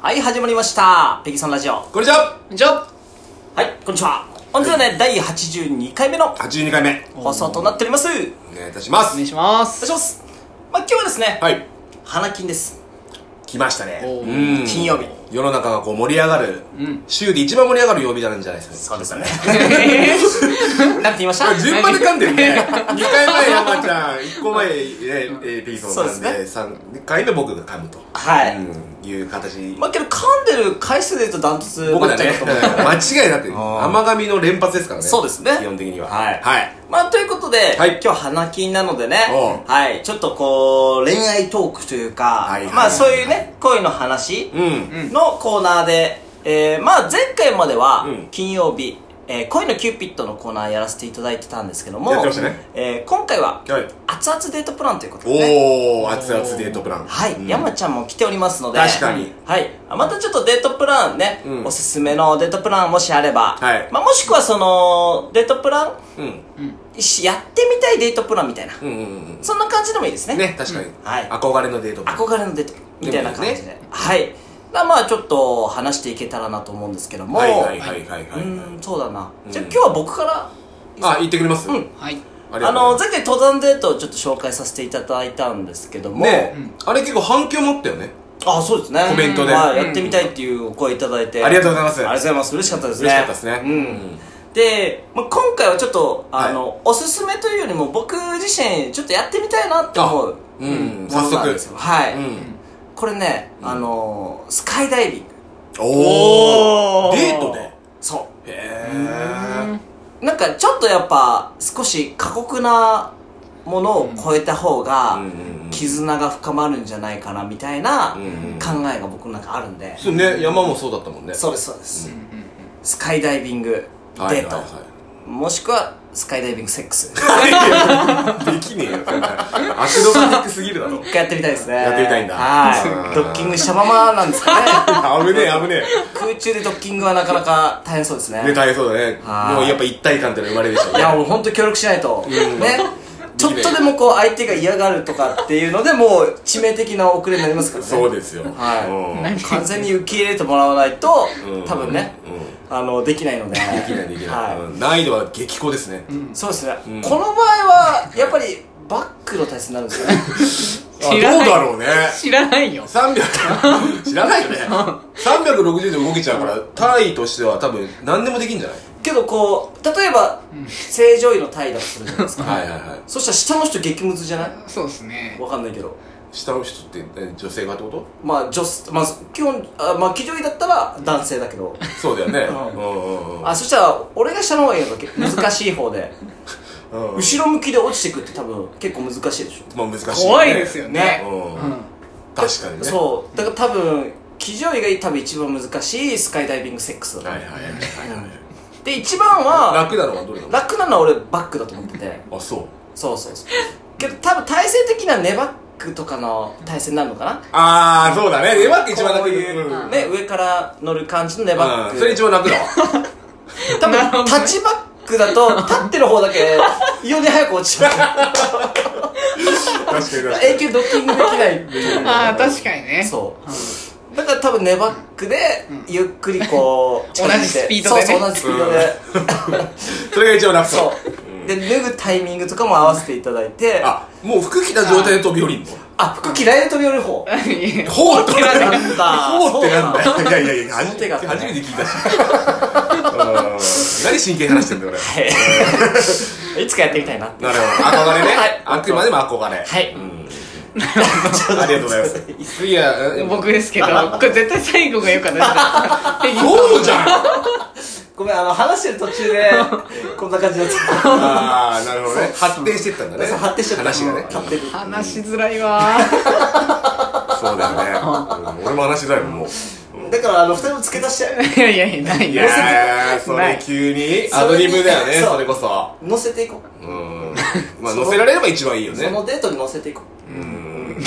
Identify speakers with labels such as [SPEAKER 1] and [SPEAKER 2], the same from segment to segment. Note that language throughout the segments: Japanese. [SPEAKER 1] はい、始まりました。ペギソンラジオ。は
[SPEAKER 2] こんにちは
[SPEAKER 3] じゃあ
[SPEAKER 1] い、こんにちは。本日はね、第82回目の
[SPEAKER 2] 82回目
[SPEAKER 1] 放送となっております。お願い
[SPEAKER 2] お願いいたしま
[SPEAKER 3] お
[SPEAKER 2] す
[SPEAKER 3] 願いします
[SPEAKER 1] します。まあ、今日はですね、
[SPEAKER 2] はい
[SPEAKER 1] 花金です。
[SPEAKER 2] 来ましたね
[SPEAKER 3] おー
[SPEAKER 2] うん
[SPEAKER 1] 金曜日
[SPEAKER 2] 世の中がこう盛り上がる週で一番盛り上がる曜日なんじゃないですか
[SPEAKER 1] そうですよね。なんて言いました
[SPEAKER 2] 順番で噛んでる ね2回前山ちゃん1個前えーえーピーソンさん
[SPEAKER 1] そう
[SPEAKER 2] で3回目僕が噛むと
[SPEAKER 1] はい
[SPEAKER 2] うんいう形
[SPEAKER 1] まあ、けど噛んでる回数で言うとダントツに
[SPEAKER 2] 僕
[SPEAKER 1] な
[SPEAKER 2] だ
[SPEAKER 1] っちゃ
[SPEAKER 2] ね
[SPEAKER 1] うかと思う。
[SPEAKER 2] 間違いなく甘噛みの連発ですからね
[SPEAKER 1] そうですね
[SPEAKER 2] 基本的には
[SPEAKER 1] はい
[SPEAKER 2] はい
[SPEAKER 1] まあ、ということで、
[SPEAKER 2] はい
[SPEAKER 1] 今日花金なのでね
[SPEAKER 2] う、
[SPEAKER 1] はい、ちょっとこう、恋愛トークというか、
[SPEAKER 2] はいはい
[SPEAKER 1] まあ、そういうね、恋の話、
[SPEAKER 2] うん
[SPEAKER 1] のコーナーで、えーまあ前回までは
[SPEAKER 2] うん
[SPEAKER 1] 金曜日、えー恋のキューピッドのコーナーやらせていただいてたんですけども、
[SPEAKER 2] やってましたね
[SPEAKER 1] えー今回は
[SPEAKER 2] はい
[SPEAKER 1] 熱々デートプランということでね、
[SPEAKER 2] おー熱々デートプラン
[SPEAKER 1] はい、
[SPEAKER 2] うん
[SPEAKER 1] 山ちゃんも来ておりますので、
[SPEAKER 2] 確かに
[SPEAKER 1] はい、あまたちょっとデートプランね、
[SPEAKER 2] うん
[SPEAKER 1] おすすめのデートプランもしあれば、
[SPEAKER 2] はい
[SPEAKER 1] まあもしくはその、デートプラン、
[SPEAKER 2] うん
[SPEAKER 1] しやってみたいデートプランみたいな、
[SPEAKER 2] うんうんうん
[SPEAKER 1] そんな感じでもいいですね。
[SPEAKER 2] ね確かに
[SPEAKER 1] はい
[SPEAKER 2] 憧れのデートプラン
[SPEAKER 1] 憧れのデートみたいな感じで
[SPEAKER 2] でもね
[SPEAKER 1] はいだまあちょっと話していけたらなと思うんですけども
[SPEAKER 2] はいはいはいはいはいはい
[SPEAKER 1] うんそうだな、
[SPEAKER 2] うん
[SPEAKER 1] じゃあ今日は僕から
[SPEAKER 2] あ、言ってくれます
[SPEAKER 1] うん
[SPEAKER 2] あ
[SPEAKER 3] はい
[SPEAKER 2] り
[SPEAKER 1] あ
[SPEAKER 2] がとう
[SPEAKER 1] の
[SPEAKER 2] ござい
[SPEAKER 1] 前回登山デートをちょっと紹介させていただいたんですけども、
[SPEAKER 2] ますねえあれ結構反響持ったよね。
[SPEAKER 1] あそうですね
[SPEAKER 2] コメントで
[SPEAKER 1] まあ、やってみたいっていうお声いただいて、
[SPEAKER 2] ありがとうございま
[SPEAKER 1] あり
[SPEAKER 2] す。
[SPEAKER 1] がとうございます嬉しかったですね
[SPEAKER 2] 嬉しかったですね
[SPEAKER 1] うん、
[SPEAKER 2] うん
[SPEAKER 1] で、まあ、今回はちょっとあの、
[SPEAKER 2] は
[SPEAKER 1] おすすめというよりも僕自身ちょっとやってみたいなって思う
[SPEAKER 2] あうん
[SPEAKER 1] ものなんですよ
[SPEAKER 2] 早速
[SPEAKER 1] はい、
[SPEAKER 2] うん。
[SPEAKER 1] これね、あのー、スカイダイビング
[SPEAKER 2] おーデートで
[SPEAKER 1] そ
[SPEAKER 2] へ
[SPEAKER 3] うん
[SPEAKER 2] ー
[SPEAKER 1] うなんかちょっとやっぱ少し過酷なものを超えた方が、
[SPEAKER 2] うんうんうん
[SPEAKER 1] 絆が深まるんじゃないかなみたいな
[SPEAKER 2] うんうん
[SPEAKER 1] 考えが僕の中あるんで、
[SPEAKER 2] そうね、山もそうだったもんね。
[SPEAKER 1] そうですそうです、
[SPEAKER 2] うん
[SPEAKER 1] スカイダイビングデ
[SPEAKER 2] はい
[SPEAKER 1] ート、もしくはスカイダイビングセックス
[SPEAKER 2] はい はい。できねえよ、そんなアクロバティックすぎるだろ。
[SPEAKER 1] 一回やってみたいですね
[SPEAKER 2] やってみたいんだ
[SPEAKER 1] は
[SPEAKER 2] うん
[SPEAKER 1] いドッキングしたままなんですかね
[SPEAKER 2] 危ねえ、危ね
[SPEAKER 1] 空中でドッキングはなかなか大変そうですね
[SPEAKER 2] え。ね、大変そうだね。
[SPEAKER 1] はい
[SPEAKER 2] もうやっぱ一体感ってのは生まれるでしょう
[SPEAKER 1] い
[SPEAKER 2] ね。
[SPEAKER 1] やもう本当協力しないと、
[SPEAKER 2] ん
[SPEAKER 1] ねちょっとでもこう相手が嫌がるとかっていうのでもう致命的な遅れになりますからね
[SPEAKER 2] そうですよ。
[SPEAKER 1] はい
[SPEAKER 2] うん
[SPEAKER 3] 何
[SPEAKER 1] 完全に受け入れてもらわないと、
[SPEAKER 2] うん
[SPEAKER 1] 多分ね、
[SPEAKER 2] うん
[SPEAKER 1] あのできないのでで
[SPEAKER 2] できないできない
[SPEAKER 1] は
[SPEAKER 2] うん。難易度は激高ですね。
[SPEAKER 1] い、そうですね、
[SPEAKER 2] ん
[SPEAKER 1] この場合はやっぱりバックの体質になるんです よね
[SPEAKER 2] あどう
[SPEAKER 3] 知らない
[SPEAKER 2] だろうね。
[SPEAKER 3] 知らないよ
[SPEAKER 2] 300 知らないよね360度動けちゃうから単位としては多分何でもできんじゃない
[SPEAKER 1] けどこう例えば正常位の体だとするじゃないですか
[SPEAKER 2] はいはいはい
[SPEAKER 1] そしたら下の人激ムズじゃない
[SPEAKER 3] そうですね
[SPEAKER 1] わかんないけど
[SPEAKER 2] 下の人ってえ女性がってこと
[SPEAKER 1] まあ女子まあ基本あまあ騎乗位だったら男性だけど
[SPEAKER 2] そうだよね
[SPEAKER 1] う
[SPEAKER 2] うんうんうん
[SPEAKER 1] あそしたら俺が下の方がいいのかけ難しい方 で
[SPEAKER 2] うん
[SPEAKER 1] 後ろ向きで落ちてくって多分結構難しいでしょ
[SPEAKER 2] まあ難しい
[SPEAKER 3] 怖いですよね
[SPEAKER 2] うん
[SPEAKER 3] うん
[SPEAKER 2] 確かにね
[SPEAKER 1] そうだから多分騎乗位が多分一番難しいスカイダイビングセックスだと
[SPEAKER 2] は
[SPEAKER 1] 思、
[SPEAKER 2] いはいはいはいう
[SPEAKER 1] で一番
[SPEAKER 2] あ
[SPEAKER 1] は
[SPEAKER 2] 楽なのはどれなの
[SPEAKER 1] 楽なのは俺バックだと思ってて
[SPEAKER 2] あそう
[SPEAKER 1] そうそうそうけど多分体勢的にはネバックとかの体勢になるのかな
[SPEAKER 2] ああそうだねレバック一番
[SPEAKER 1] こ
[SPEAKER 2] 楽
[SPEAKER 1] ういう、
[SPEAKER 2] うん
[SPEAKER 1] ね上から乗る感じのネバッ
[SPEAKER 2] う
[SPEAKER 1] ク、
[SPEAKER 2] んそれ一番楽だわ
[SPEAKER 1] 多
[SPEAKER 3] なるほ
[SPEAKER 1] 分
[SPEAKER 3] どね
[SPEAKER 1] タッチバックだと立ってる方だけ異様に早く落ちち ゃう
[SPEAKER 2] 確かに確か
[SPEAKER 1] 永久ドッキングできないっていう
[SPEAKER 3] ああ確かにね
[SPEAKER 1] そうだから多分ネバックでゆっくりこう
[SPEAKER 3] 同じスピードでね
[SPEAKER 1] そうそう同じスピードで、
[SPEAKER 2] にそれが一番楽そ
[SPEAKER 1] そううで脱ぐタイミングとかも合わせていただいてあ
[SPEAKER 2] あもう服着た状態で飛び降りんの
[SPEAKER 1] 服嫌いで飛び降りる 方
[SPEAKER 3] いや
[SPEAKER 2] ほうってなんだ
[SPEAKER 1] なん だ
[SPEAKER 2] ほうってなんだ
[SPEAKER 1] そう
[SPEAKER 2] よいやいやいや初
[SPEAKER 1] 手
[SPEAKER 2] め
[SPEAKER 1] が
[SPEAKER 2] て初めて聞いたしうん何真剣に話してんだよ俺
[SPEAKER 1] はいいつかやってみたいなって
[SPEAKER 2] なるほど憧れね
[SPEAKER 1] はい
[SPEAKER 2] あくまでも憧れ
[SPEAKER 1] はい
[SPEAKER 2] うんありがとうございます次はえ
[SPEAKER 3] 僕ですけどこれ絶対最後が良かったです
[SPEAKER 2] そうじゃん
[SPEAKER 1] ごめんあの話してる途中でこんな感じだった
[SPEAKER 2] ああなるほどね発展してったんだね
[SPEAKER 1] そう発展しちゃった
[SPEAKER 2] 話がね
[SPEAKER 1] 勝手に
[SPEAKER 3] 話しづらいわー
[SPEAKER 2] そうだよねうん俺も話しづらいもんもう
[SPEAKER 1] だからあの二人も付け足して
[SPEAKER 3] いやいやいやない
[SPEAKER 2] い
[SPEAKER 3] よ
[SPEAKER 2] やーそ
[SPEAKER 3] な
[SPEAKER 2] れ
[SPEAKER 3] い
[SPEAKER 2] 急にアドリブだよね
[SPEAKER 1] そう
[SPEAKER 2] それこそ
[SPEAKER 1] 乗せていこ
[SPEAKER 2] うんまあ乗せられれば一番いいよ
[SPEAKER 1] う、
[SPEAKER 2] ね
[SPEAKER 1] そのデートに乗せていこ
[SPEAKER 2] うん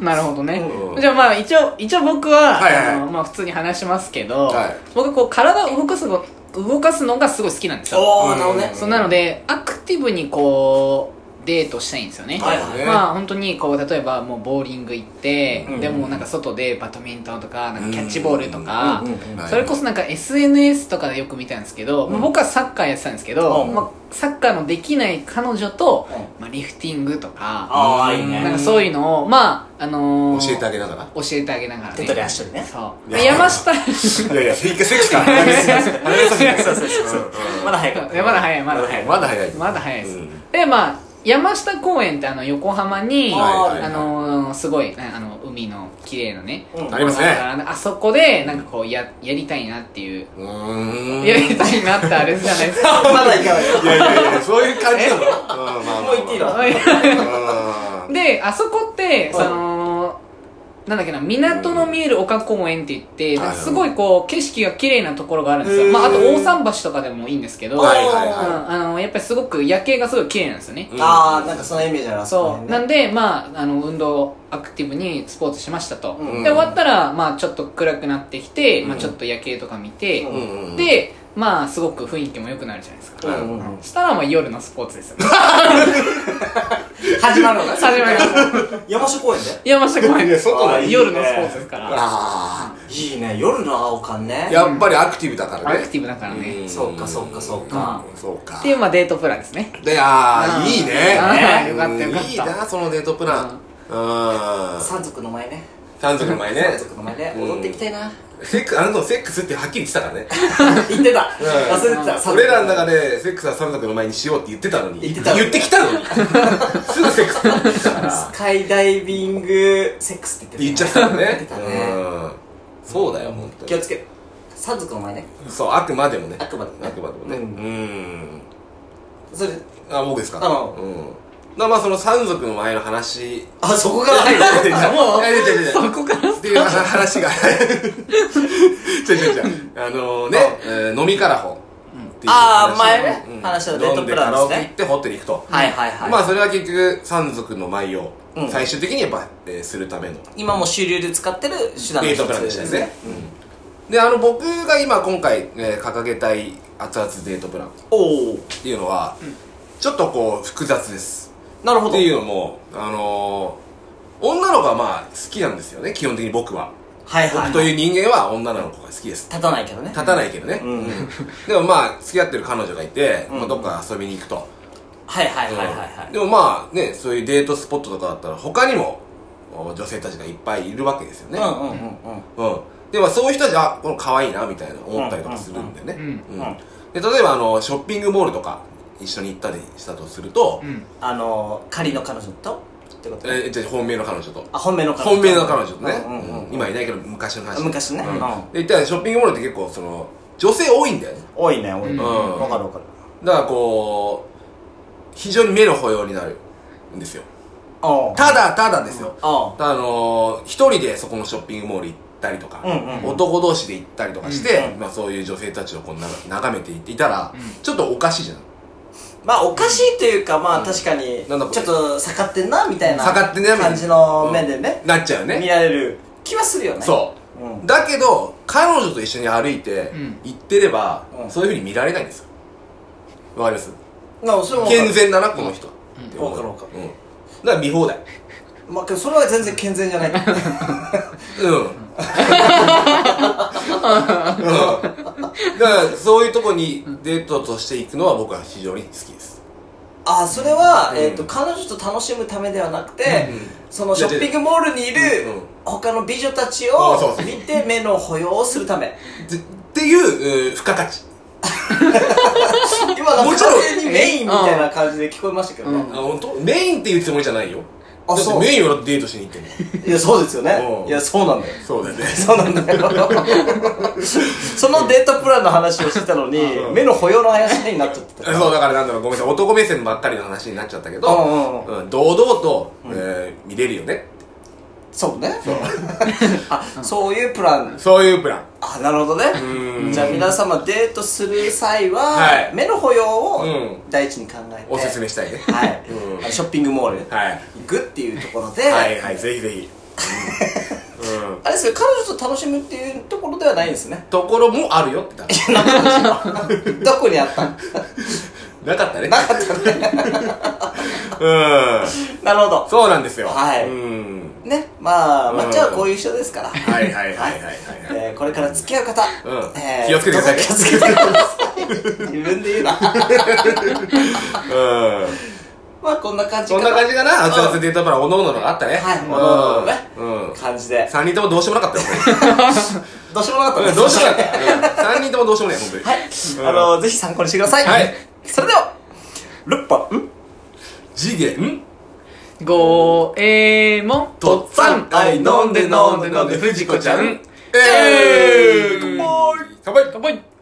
[SPEAKER 3] なるほどね
[SPEAKER 2] うん
[SPEAKER 3] じゃあまあ一応一応僕は
[SPEAKER 2] はいはいはい
[SPEAKER 3] あのまあ普通に話しますけど
[SPEAKER 2] はい
[SPEAKER 3] 僕こう体を動かすの動かすのがすごい好きなんです
[SPEAKER 1] う
[SPEAKER 3] よ
[SPEAKER 1] おおなるほどね
[SPEAKER 2] うん
[SPEAKER 3] そうなのでアクティブにこうデートしたいんですよね、
[SPEAKER 1] はい
[SPEAKER 2] はい
[SPEAKER 3] まあ本当にこう例えばもうボーリング行って、
[SPEAKER 2] うん
[SPEAKER 3] でもなんか外でバドミントンとかなんかキャッチボールとか、
[SPEAKER 1] うんうん
[SPEAKER 2] うん
[SPEAKER 3] それこそなんか SNS とかでよく見たんですけど、まあ僕はサッカーやってたんですけど、
[SPEAKER 1] うん
[SPEAKER 3] まあ、サッカーのできない彼女と、
[SPEAKER 1] う
[SPEAKER 3] まあ、リフティングとか、
[SPEAKER 1] ああいい
[SPEAKER 2] ー
[SPEAKER 1] ね
[SPEAKER 3] なんかそういうのをまああのー、
[SPEAKER 2] 教えてあげながら
[SPEAKER 3] 教えてあげながら、ね、
[SPEAKER 1] 手取り足取りね
[SPEAKER 3] そう
[SPEAKER 2] いや
[SPEAKER 3] 山下
[SPEAKER 2] い やいや、一回セックスから離れすぎます離れすぎます
[SPEAKER 1] そうそうそうそうまだ早
[SPEAKER 3] い
[SPEAKER 1] く
[SPEAKER 3] やまだ早いまだ
[SPEAKER 2] う
[SPEAKER 3] 早
[SPEAKER 2] ん
[SPEAKER 3] い
[SPEAKER 2] まだ早い。
[SPEAKER 3] まだ早いです、
[SPEAKER 2] うん
[SPEAKER 3] でまあ山下公園ってあの横浜に
[SPEAKER 1] あ
[SPEAKER 2] ー
[SPEAKER 3] あのー、すごいあの海の綺麗なね
[SPEAKER 1] うん
[SPEAKER 2] ありますね。
[SPEAKER 3] あのあそこでなんかこうややりたいなっていう、
[SPEAKER 2] うーん。い
[SPEAKER 3] や
[SPEAKER 2] やい
[SPEAKER 3] りたいなってあれじゃないですか
[SPEAKER 1] まだ行かないよ
[SPEAKER 2] やいや、そういう感じなの。うんまあまあまあ
[SPEAKER 1] もう行っていいの
[SPEAKER 2] うん
[SPEAKER 3] であそこってそのなんだっけな港の見える丘公園って言って、
[SPEAKER 2] うん
[SPEAKER 3] なんかすごいこう景色が綺麗なところがあるんです
[SPEAKER 1] へ
[SPEAKER 3] よ、
[SPEAKER 1] ー
[SPEAKER 3] まあ、あと大桟橋とかでもいいんですけど、
[SPEAKER 2] は
[SPEAKER 1] あ
[SPEAKER 2] いはい
[SPEAKER 3] うん
[SPEAKER 2] は
[SPEAKER 3] あのやっぱりすごく夜景がすごい綺麗なんですよね
[SPEAKER 2] い。うん
[SPEAKER 1] ああなんかそのイメージあるあこら
[SPEAKER 3] そ
[SPEAKER 1] 辺
[SPEAKER 3] う
[SPEAKER 1] ね
[SPEAKER 3] なんでまああの運動アクティブにスポーツしましたと、
[SPEAKER 1] うん
[SPEAKER 3] で終わったらまあちょっと暗くなってきて、
[SPEAKER 2] うん
[SPEAKER 3] まあちょっと夜景とか見て、
[SPEAKER 1] う
[SPEAKER 2] うんうん、
[SPEAKER 3] でまあすごく雰囲気も良くなるじゃないですか、
[SPEAKER 1] うんうんうん
[SPEAKER 3] したらまあ夜のスポーツ ですよね
[SPEAKER 1] 始まるのね
[SPEAKER 3] 始まります
[SPEAKER 1] 山下公園
[SPEAKER 3] 山下公園
[SPEAKER 2] いや外
[SPEAKER 1] がいいね
[SPEAKER 3] 夜のスポーツですから
[SPEAKER 2] あ
[SPEAKER 1] でいいね夜の青缶ね
[SPEAKER 2] あ、やっぱりアクティブだから
[SPEAKER 3] ア
[SPEAKER 2] ね。
[SPEAKER 3] クティブだからね、
[SPEAKER 2] ん
[SPEAKER 1] そうかそうかそう
[SPEAKER 3] か。
[SPEAKER 2] うんそうか
[SPEAKER 3] って。いうまあデートプランですね
[SPEAKER 2] で、ああ、いいね。
[SPEAKER 3] あー
[SPEAKER 2] ね
[SPEAKER 3] よかったよかった
[SPEAKER 2] いいな、そのデートプラン。うん。
[SPEAKER 1] 山賊の前ね
[SPEAKER 2] 三族の前ね
[SPEAKER 1] 山。賊の前ね
[SPEAKER 2] うん
[SPEAKER 1] 踊っていきたいな
[SPEAKER 2] セックス、あの頃セックスってはっきり言ってたからね。
[SPEAKER 1] 言ってた
[SPEAKER 2] うん
[SPEAKER 1] 忘れてた山賊
[SPEAKER 2] 俺らの中でセックスは三族の前にしようって言ってたのに
[SPEAKER 1] 言ってたの
[SPEAKER 2] 言ってきたのにすぐセックスって言ってたからっ
[SPEAKER 1] スカイダイビングセックスって
[SPEAKER 2] て
[SPEAKER 1] 言
[SPEAKER 2] 言
[SPEAKER 1] っ
[SPEAKER 2] ってち
[SPEAKER 1] た
[SPEAKER 2] ゃったのね
[SPEAKER 1] 言ってたね
[SPEAKER 2] うんそうだよ本当
[SPEAKER 1] 気を
[SPEAKER 2] に
[SPEAKER 1] つける山賊の前ね
[SPEAKER 2] そうあくまでもね
[SPEAKER 1] あくまでもね
[SPEAKER 2] あくまでもね
[SPEAKER 1] う
[SPEAKER 2] うんん
[SPEAKER 1] それ
[SPEAKER 2] あ僕ですか
[SPEAKER 1] あの
[SPEAKER 2] うんだからまあその三族の前の話
[SPEAKER 1] あそこから入る
[SPEAKER 2] いや
[SPEAKER 3] もう
[SPEAKER 2] いやいやいや
[SPEAKER 3] そこから
[SPEAKER 2] っていう話が違う違う違うあのねえー飲みからほっていう
[SPEAKER 1] あー前ね
[SPEAKER 2] うん
[SPEAKER 1] 話したデートプランですね
[SPEAKER 2] 飲んカラオケ行ってホテル行くと
[SPEAKER 1] はいはいはい
[SPEAKER 2] まあそれは結局山賊の舞を
[SPEAKER 1] うん
[SPEAKER 2] 最終的にやっぱ、えーするための
[SPEAKER 1] 今も主流で使ってる手段の一
[SPEAKER 2] デー
[SPEAKER 1] つ
[SPEAKER 2] トプランでしたよね、うんであの僕が今今回、えー掲げたい熱々デートプランっ
[SPEAKER 1] おお
[SPEAKER 2] ていうのは、ちょっとこう複雑です
[SPEAKER 1] なるほ
[SPEAKER 2] っ
[SPEAKER 1] ど
[SPEAKER 2] ていうのもあのー女の子はまあ好きなんですよね基本的に僕は
[SPEAKER 1] はいはい
[SPEAKER 2] 僕という人間は女の子が好きです
[SPEAKER 1] 立たないけどね
[SPEAKER 2] 立たないけどね、
[SPEAKER 1] うん
[SPEAKER 2] でもまあ付き合ってる彼女がいて、
[SPEAKER 1] うん
[SPEAKER 2] まあ、どっか遊びに行くと、
[SPEAKER 1] はいはいはいはいはい
[SPEAKER 2] でもまあねそういうデートスポットとかだったら他にもお女性たちがいっぱいいるわけですよね
[SPEAKER 1] うんうんうんうん
[SPEAKER 2] うん、でまあそういう人たちあこの可愛いなみたいな思ったりとかするんだよね
[SPEAKER 3] うんうん
[SPEAKER 1] うんうん
[SPEAKER 2] で例えばあのショッピングモールとか一緒に行ったりしたとすると、
[SPEAKER 3] うん
[SPEAKER 1] あの仮の彼女とってこと
[SPEAKER 2] えじゃあ本命の彼女と
[SPEAKER 1] あ本命の彼女
[SPEAKER 2] 本命の彼女とね、
[SPEAKER 1] うんうんうん
[SPEAKER 2] 今いないけど昔の話
[SPEAKER 1] 昔ね
[SPEAKER 2] うん
[SPEAKER 1] うん
[SPEAKER 2] で行ったらショッピングモールって結構その女性多いんだよね
[SPEAKER 1] 多いね多いね
[SPEAKER 3] うん
[SPEAKER 1] わかるわかる
[SPEAKER 2] だからこう非常に目の保養になるんですよ
[SPEAKER 1] おう
[SPEAKER 2] ただただですよ、
[SPEAKER 1] おう
[SPEAKER 2] あのー、一人でそこのショッピングモール行ったりとか、
[SPEAKER 1] うんうんうん
[SPEAKER 2] 男同士で行ったりとかして、
[SPEAKER 1] うんうん
[SPEAKER 2] まあ、そういう女性たちをこうな眺めていたら、
[SPEAKER 3] うん
[SPEAKER 2] ちょっとおかしいじゃん
[SPEAKER 1] まあおかしいというかまあ確かに
[SPEAKER 2] なんだこれ
[SPEAKER 1] ちょっと下がってんなみたいな
[SPEAKER 2] 下がってんなみたいな
[SPEAKER 1] 感じの目でね
[SPEAKER 2] なっちゃうよ
[SPEAKER 1] 見
[SPEAKER 2] ね
[SPEAKER 1] られる気はするよね
[SPEAKER 2] そううんだけど彼女と一緒に歩いて
[SPEAKER 3] うん
[SPEAKER 2] 行ってれば、
[SPEAKER 1] うん
[SPEAKER 2] そういうふうに見られないんですよわかります
[SPEAKER 1] なそれも
[SPEAKER 2] 健全だなこの人、
[SPEAKER 3] うん
[SPEAKER 2] って思
[SPEAKER 1] わかるわか
[SPEAKER 2] うん、だから見放題
[SPEAKER 1] まあけどそれは全然健全じゃ ない
[SPEAKER 2] うん。うん。だから、そういうとこにデートとして行くのは僕は非常に好きです。
[SPEAKER 1] あそれは、
[SPEAKER 2] うん
[SPEAKER 1] えー、と彼女と楽しむためではなくて、
[SPEAKER 2] うん
[SPEAKER 1] そのショッピングモールにいる
[SPEAKER 2] うんうん
[SPEAKER 1] 他の美女たち
[SPEAKER 2] あそ
[SPEAKER 1] を
[SPEAKER 2] うそう
[SPEAKER 1] 見て目の保養をするた め
[SPEAKER 2] でっていう、うー付加価値。
[SPEAKER 1] 今なん
[SPEAKER 2] も
[SPEAKER 1] か
[SPEAKER 2] ちろん
[SPEAKER 1] 完全にメインみたいな感じで聞こえましたけどね、
[SPEAKER 3] うん
[SPEAKER 2] あ、本当？メインって言うつもりじゃないよ。
[SPEAKER 1] あ
[SPEAKER 2] だって
[SPEAKER 1] そう
[SPEAKER 2] メインはデートしに行ってる
[SPEAKER 1] いやそうですよね
[SPEAKER 2] うん
[SPEAKER 1] いやそうなんだよ
[SPEAKER 2] そうだよね。
[SPEAKER 1] そうなん だよそのデートプランの話をしてたのに
[SPEAKER 2] うん
[SPEAKER 1] 目の保養の話になっちゃってた
[SPEAKER 2] そう、だからなんだろう、ごめんなさい。男目線ばっかりの話になっちゃったけ
[SPEAKER 1] うんうん
[SPEAKER 2] ど、うん堂々と、えー見れるよね。
[SPEAKER 1] そうね あそういうプラン
[SPEAKER 2] そういうプラン。
[SPEAKER 1] あなるほどね
[SPEAKER 2] うん
[SPEAKER 1] じゃあ皆様デートする際は、
[SPEAKER 2] はい
[SPEAKER 1] 目の保養
[SPEAKER 2] う
[SPEAKER 1] を
[SPEAKER 2] ん
[SPEAKER 1] 第一に考えて、
[SPEAKER 2] おすすめしたい ね。
[SPEAKER 1] はい、
[SPEAKER 2] うん
[SPEAKER 1] あのショッピングモール行
[SPEAKER 2] はい。
[SPEAKER 1] くっていうところで、
[SPEAKER 2] はいはい、ぜひぜひ。うんうん
[SPEAKER 1] あれですよ彼女と楽しむっていうところではないんですね
[SPEAKER 2] ところもあるよって言った
[SPEAKER 1] どこにあった
[SPEAKER 2] なかったね。
[SPEAKER 1] なかったね
[SPEAKER 2] うん。
[SPEAKER 1] なるほど。
[SPEAKER 2] そうなんですよ。
[SPEAKER 1] はい
[SPEAKER 2] うん。
[SPEAKER 1] ね、まあ、
[SPEAKER 2] うん
[SPEAKER 1] 抹茶はこういう人ですから。
[SPEAKER 2] はいはいはいはいはい。
[SPEAKER 1] えー、これから付き合う方、
[SPEAKER 2] うん
[SPEAKER 1] えー
[SPEAKER 2] 気をつけてくださいね
[SPEAKER 1] 気をつけてください。自分で言うな。
[SPEAKER 2] うん。
[SPEAKER 1] まあ、こんな感じ
[SPEAKER 2] そ
[SPEAKER 1] か
[SPEAKER 2] んな感じかな熱々データプラン、おのおののがあったね。
[SPEAKER 1] はい
[SPEAKER 2] うん
[SPEAKER 1] おのおののね
[SPEAKER 2] うん。
[SPEAKER 1] 感じで。
[SPEAKER 2] 3人ともどうしようもなかったよ、
[SPEAKER 1] どうしようもなかった
[SPEAKER 2] 俺
[SPEAKER 1] で
[SPEAKER 2] うん
[SPEAKER 1] す
[SPEAKER 2] どうしようもなかった。3人ともどうしようもない、本当に。
[SPEAKER 1] はい。
[SPEAKER 2] うん
[SPEAKER 1] あの、ぜひ参考にしてください。
[SPEAKER 2] はい。
[SPEAKER 1] それでは、ルッパ、ん
[SPEAKER 2] 次元
[SPEAKER 3] ごえーもん
[SPEAKER 2] とっつぁん
[SPEAKER 1] はい
[SPEAKER 2] 飲んで飲んで飲んで藤子ちゃん
[SPEAKER 3] え
[SPEAKER 2] えー
[SPEAKER 3] ー
[SPEAKER 2] 乾杯
[SPEAKER 3] 乾杯